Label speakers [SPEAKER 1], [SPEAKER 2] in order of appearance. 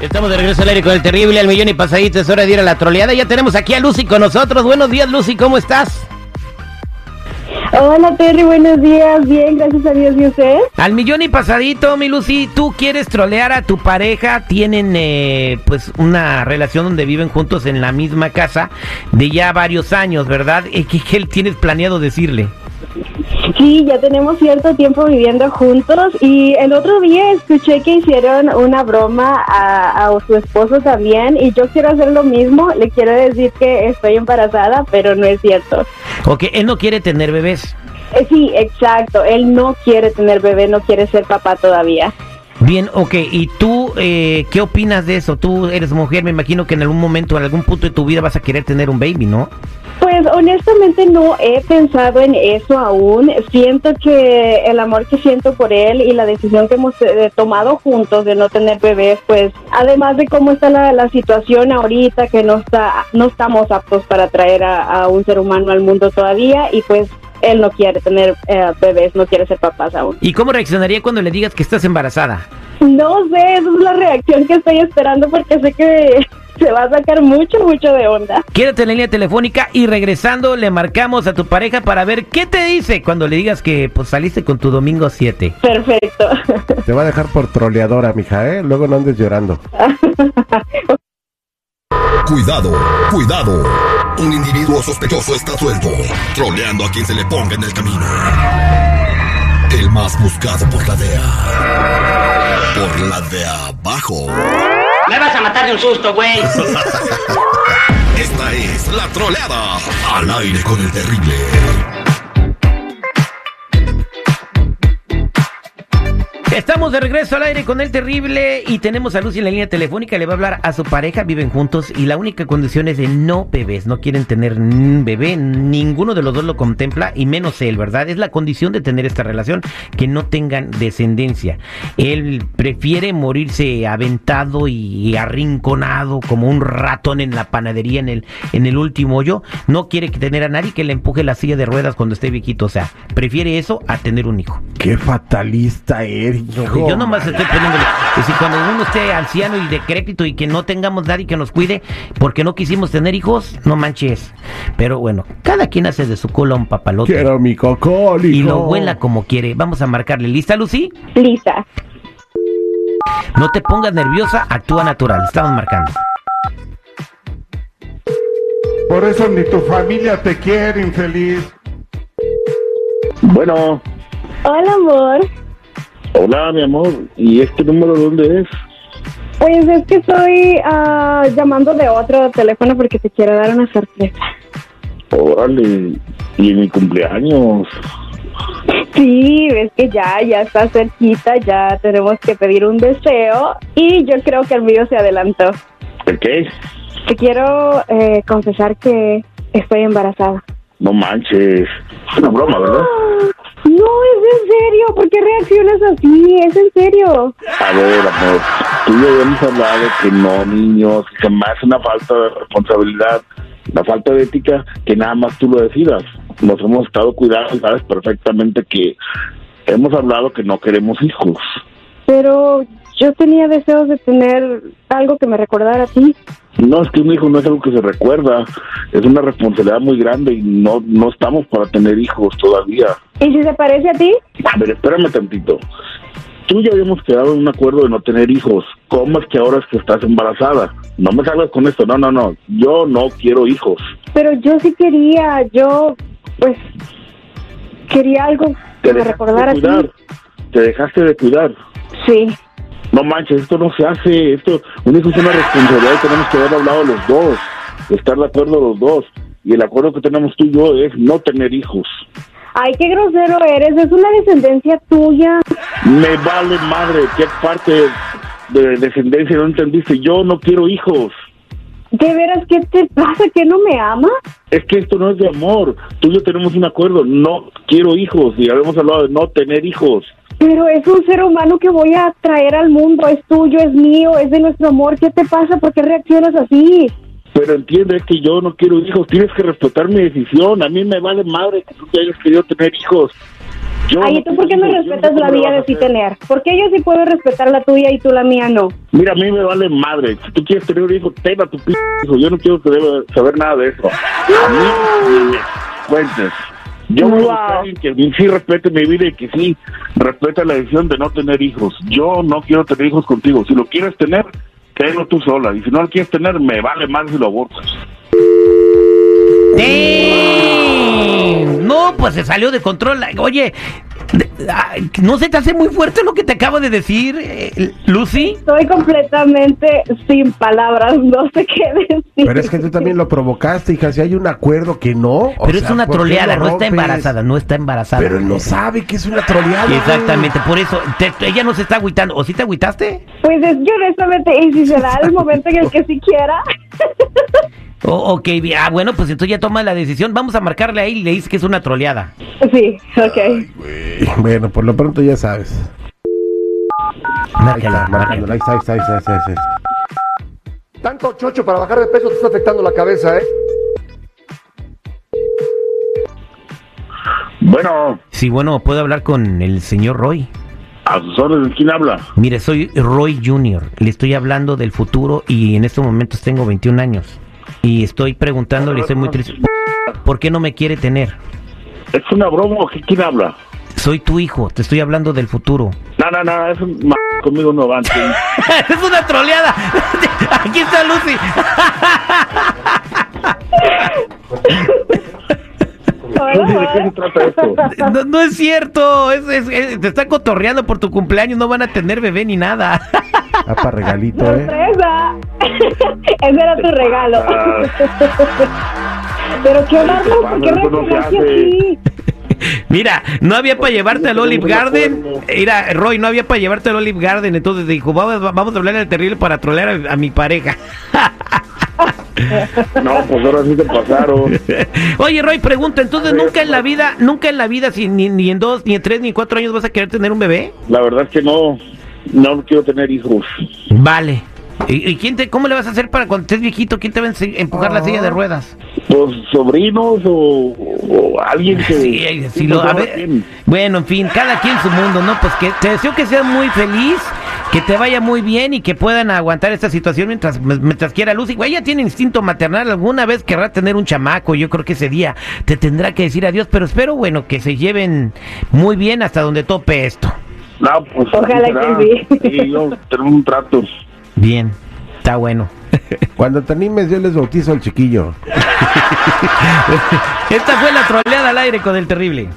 [SPEAKER 1] Estamos de regreso al aire con el terrible al millón y pasadito. Es hora de ir a la troleada. Ya tenemos aquí a Lucy con nosotros. Buenos días, Lucy. ¿Cómo estás?
[SPEAKER 2] Hola Terry, buenos días. Bien, gracias a Dios y usted.
[SPEAKER 1] Al millón y pasadito, mi Lucy. ¿Tú quieres trolear a tu pareja? Tienen eh, pues una relación donde viven juntos en la misma casa de ya varios años, ¿verdad? Eh, ¿Qué, qué tienes planeado decirle?
[SPEAKER 2] Sí, ya tenemos cierto tiempo viviendo juntos y el otro día escuché que hicieron una broma a, a su esposo también y yo quiero hacer lo mismo. Le quiero decir que estoy embarazada, pero no es cierto.
[SPEAKER 1] ¿O que él no quiere tener bebés?
[SPEAKER 2] Eh, Sí, exacto. Él no quiere tener bebé, no quiere ser papá todavía.
[SPEAKER 1] Bien, ok. ¿Y tú eh, qué opinas de eso? Tú eres mujer, me imagino que en algún momento, en algún punto de tu vida vas a querer tener un baby, ¿no?
[SPEAKER 2] Pues honestamente no he pensado en eso aún. Siento que el amor que siento por él y la decisión que hemos eh, tomado juntos de no tener bebés, pues además de cómo está la, la situación ahorita, que no, está, no estamos aptos para traer a, a un ser humano al mundo todavía y pues él no quiere tener eh, bebés, no quiere ser papás aún.
[SPEAKER 1] ¿Y cómo reaccionaría cuando le digas que estás embarazada?
[SPEAKER 2] No sé, esa es la reacción que estoy esperando porque sé que se va a sacar mucho, mucho de onda.
[SPEAKER 1] Quédate en la línea telefónica y regresando le marcamos a tu pareja para ver qué te dice cuando le digas que pues, saliste con tu domingo 7.
[SPEAKER 2] Perfecto.
[SPEAKER 3] Te va a dejar por troleadora, mija, ¿eh? Luego no andes llorando.
[SPEAKER 4] Cuidado, cuidado. Un individuo sospechoso está suelto, troleando a quien se le ponga en el camino. El más buscado por la DEA. Por la de abajo.
[SPEAKER 5] Me vas a matar de un susto, güey.
[SPEAKER 4] Esta es la troleada. Al aire con el terrible.
[SPEAKER 1] Estamos de regreso al aire con el terrible y tenemos a Lucy en la línea telefónica. Le va a hablar a su pareja, viven juntos y la única condición es de no bebés. No quieren tener un bebé, ninguno de los dos lo contempla y menos él, ¿verdad? Es la condición de tener esta relación, que no tengan descendencia. Él prefiere morirse aventado y arrinconado como un ratón en la panadería en el, en el último hoyo. No quiere que tener a nadie que le empuje la silla de ruedas cuando esté viejito. O sea, prefiere eso a tener un hijo.
[SPEAKER 3] Qué fatalista eres, hijo.
[SPEAKER 1] Yo nomás estoy poniéndole. Es decir, cuando uno esté anciano y decrépito y que no tengamos nadie que nos cuide porque no quisimos tener hijos, no manches. Pero bueno, cada quien hace de su cola un papalote
[SPEAKER 3] Quiero mi cocol, hijo.
[SPEAKER 1] y lo vuela como quiere. Vamos a marcarle. ¿Lista, Lucy?
[SPEAKER 2] Lisa.
[SPEAKER 1] No te pongas nerviosa, actúa natural. Estamos marcando.
[SPEAKER 3] Por eso ni tu familia te quiere, infeliz.
[SPEAKER 6] Bueno,
[SPEAKER 2] Hola, amor.
[SPEAKER 6] hola mi amor, ¿y este número dónde es?
[SPEAKER 2] Pues es que estoy ah, llamando de otro teléfono porque te quiero dar una sorpresa.
[SPEAKER 6] Órale, y en mi cumpleaños.
[SPEAKER 2] Sí, ves que ya, ya está cerquita, ya tenemos que pedir un deseo y yo creo que el mío se adelantó.
[SPEAKER 6] ¿De qué?
[SPEAKER 2] Te quiero eh, confesar que estoy embarazada.
[SPEAKER 6] No manches. Es una broma, ¿verdad?
[SPEAKER 2] No, es en serio, ¿por qué reaccionas así? Es en serio.
[SPEAKER 6] A ver, amor, tú y yo hemos hablado que no, niños, que más una falta de responsabilidad, la falta de ética, que nada más tú lo decidas. Nos hemos estado cuidando y sabes perfectamente que hemos hablado que no queremos hijos.
[SPEAKER 2] Pero yo tenía deseos de tener algo que me recordara a ti.
[SPEAKER 6] No, es que un hijo no es algo que se recuerda, es una responsabilidad muy grande y no, no estamos para tener hijos todavía.
[SPEAKER 2] ¿Y si se parece a ti?
[SPEAKER 6] A ver, espérame tantito. Tú ya habíamos quedado en un acuerdo de no tener hijos. ¿Cómo es que ahora es que estás embarazada? No me salgas con esto. No, no, no. Yo no quiero hijos.
[SPEAKER 2] Pero yo sí quería, yo, pues, quería algo que me
[SPEAKER 6] dejaste
[SPEAKER 2] recordara
[SPEAKER 6] de
[SPEAKER 2] a ti.
[SPEAKER 6] cuidar. Te dejaste de cuidar.
[SPEAKER 2] Sí,
[SPEAKER 6] No manches, esto no se hace. Esto, un hijo es una responsabilidad y tenemos que haber hablado los dos. Estar de acuerdo los dos. Y el acuerdo que tenemos tú y yo es no tener hijos.
[SPEAKER 2] Ay, qué grosero eres, es una descendencia tuya.
[SPEAKER 6] Me vale madre. ¿Qué parte de descendencia no entendiste? Yo no quiero hijos.
[SPEAKER 2] ¿De veras qué te pasa? ¿Que no me ama?
[SPEAKER 6] Es que esto no es de amor. Tú y yo tenemos un acuerdo. No quiero hijos. Y habíamos hablado de no tener hijos.
[SPEAKER 2] Pero es un ser humano que voy a traer al mundo, es tuyo, es mío, es de nuestro amor. ¿Qué te pasa? ¿Por qué reaccionas así?
[SPEAKER 6] Pero entiende que yo no quiero hijos. Tienes que respetar mi decisión. A mí me vale madre que tú te hayas querido tener hijos. Yo
[SPEAKER 2] Ay,
[SPEAKER 6] no
[SPEAKER 2] ¿y tú
[SPEAKER 6] te
[SPEAKER 2] por qué me
[SPEAKER 6] digo, yo
[SPEAKER 2] respetas
[SPEAKER 6] no sé
[SPEAKER 2] la
[SPEAKER 6] cómo
[SPEAKER 2] vida
[SPEAKER 6] le
[SPEAKER 2] de
[SPEAKER 6] vas a
[SPEAKER 2] sí
[SPEAKER 6] hacer.
[SPEAKER 2] tener? Porque yo sí puedo respetar la tuya y tú la mía no.
[SPEAKER 6] Mira, a mí me vale madre. Si tú quieres tener un hijo, ten a tu p hijo. Yo no quiero saber, saber nada de eso. A mí, ni me cuentes. Yo voy a buscar a alguien que sí respete mi vida y que sí respete la decisión de no tener hijos. Yo no quiero tener hijos contigo. Si lo quieres tener, tenlo tú sola. Y si no lo quieres tener, me vale madre si lo abortas.
[SPEAKER 1] ¡Damn! No, pues se salió de control. Oye, de- ay, ¿no se te hace muy fuerte lo que te acabo de decir, eh, Lucy?
[SPEAKER 2] Estoy completamente sin palabras, no sé qué decir.
[SPEAKER 7] Pero es que tú también lo provocaste, hija. Si hay un acuerdo que no. o
[SPEAKER 1] Pero
[SPEAKER 7] sea,
[SPEAKER 1] es una
[SPEAKER 7] ¿por qué
[SPEAKER 1] troleada,
[SPEAKER 7] lo
[SPEAKER 1] no está
[SPEAKER 7] rompes?
[SPEAKER 1] embarazada, no está embarazada.
[SPEAKER 7] Pero él no sabe que es una troleada. güey.
[SPEAKER 1] Exactamente, por eso, te- ella no se está agüitando. ¿O sí te agüitaste?
[SPEAKER 2] Pues es que honestamente, y si se da el momento en el que sí quiera,
[SPEAKER 1] O- ok, bien. ah, bueno, pues entonces ya toma la decisión. Vamos a marcarle ahí y le dices que es una troleada.
[SPEAKER 2] sí, ok.
[SPEAKER 7] Bueno, por lo pronto ya sabes. Ahí
[SPEAKER 1] Márcala,
[SPEAKER 7] está,
[SPEAKER 1] márcala.
[SPEAKER 7] marcándolo. Ahí está, ahí está, ahí está, ahí está, ahí está.
[SPEAKER 8] Tanto chocho para bajar de peso te está afectando la cabeza, ¿eh?
[SPEAKER 6] Bueno,
[SPEAKER 1] Sí, bueno, puedo hablar con el señor Roy.
[SPEAKER 6] a sus órdenes, ¿quién habla?
[SPEAKER 1] Mire, soy Roy Jr. Le estoy hablando del futuro y en estos momentos tengo 21 años. Y estoy preguntándole, estoy muy triste. ¿Por qué no me quiere tener?
[SPEAKER 6] ¿Es una broma o qué- quién habla?
[SPEAKER 1] Soy tu hijo, te estoy hablando del futuro.
[SPEAKER 6] No, no, no, es un m conmigo no van.
[SPEAKER 1] es una troleada. Aquí está Lucy.
[SPEAKER 2] Bueno,
[SPEAKER 6] ¿De qué se trata esto? ¿eh?
[SPEAKER 1] No, no es cierto. Es, es- es- te está cotorreando por tu cumpleaños. No van a tener bebé ni nada.
[SPEAKER 7] Ah, para regalito, ¿eh?
[SPEAKER 2] sorpresa. Ese era tu regalo.
[SPEAKER 6] Ah.
[SPEAKER 2] Pero qué bárbaro, ¿por qué
[SPEAKER 6] Eso no se
[SPEAKER 2] reaccionaste
[SPEAKER 6] hace.
[SPEAKER 2] así?
[SPEAKER 1] Mira, no había para llevarte al
[SPEAKER 6] no
[SPEAKER 1] Olive
[SPEAKER 6] me la
[SPEAKER 1] Garden.
[SPEAKER 6] acuerdo.
[SPEAKER 1] Mira, Roy, no había para llevarte al Olive Garden. Entonces dijo, vamos, vamos a hablar al terrible para trolear a, a mi pareja.
[SPEAKER 6] No, pues ahora sí te pasaron.
[SPEAKER 1] Oye, Roy, pregunta, entonces nunca en la vida, nunca en la vida, si ni, ni en dos, ni en tres, ni en cuatro años vas a querer tener un bebé.
[SPEAKER 6] La verdad es que no, no quiero tener hijos.
[SPEAKER 1] Vale. ¿Y, y quién te, cómo le vas a hacer para cuando estés viejito? ¿Quién te va a ense- empujar la silla de ruedas?
[SPEAKER 6] Pues sobrinos o, o alguien que... pues,
[SPEAKER 1] Sí, eh, sí, lo- a
[SPEAKER 6] Ahora
[SPEAKER 1] ver,
[SPEAKER 6] bien,
[SPEAKER 1] bueno, en fin, cada quien su mundo, ¿no? Pues que te deseo que seas muy feliz, que te vaya muy bien y que puedan aguantar esta situación mientras, mientras quiera Lucy. Güey, ella tiene instinto maternal, alguna vez querrá tener un chamaco, yo creo que ese día te tendrá que decir adiós, pero espero, bueno, que se lleven muy bien hasta donde tope esto.
[SPEAKER 6] No, pues,
[SPEAKER 2] Ojalá que sí.
[SPEAKER 6] Y yo tener un trato.
[SPEAKER 1] Bien, está bueno.
[SPEAKER 7] Cuando te animes, yo les bautizo al chiquillo.
[SPEAKER 1] Esta fue la troleada al aire con el terrible.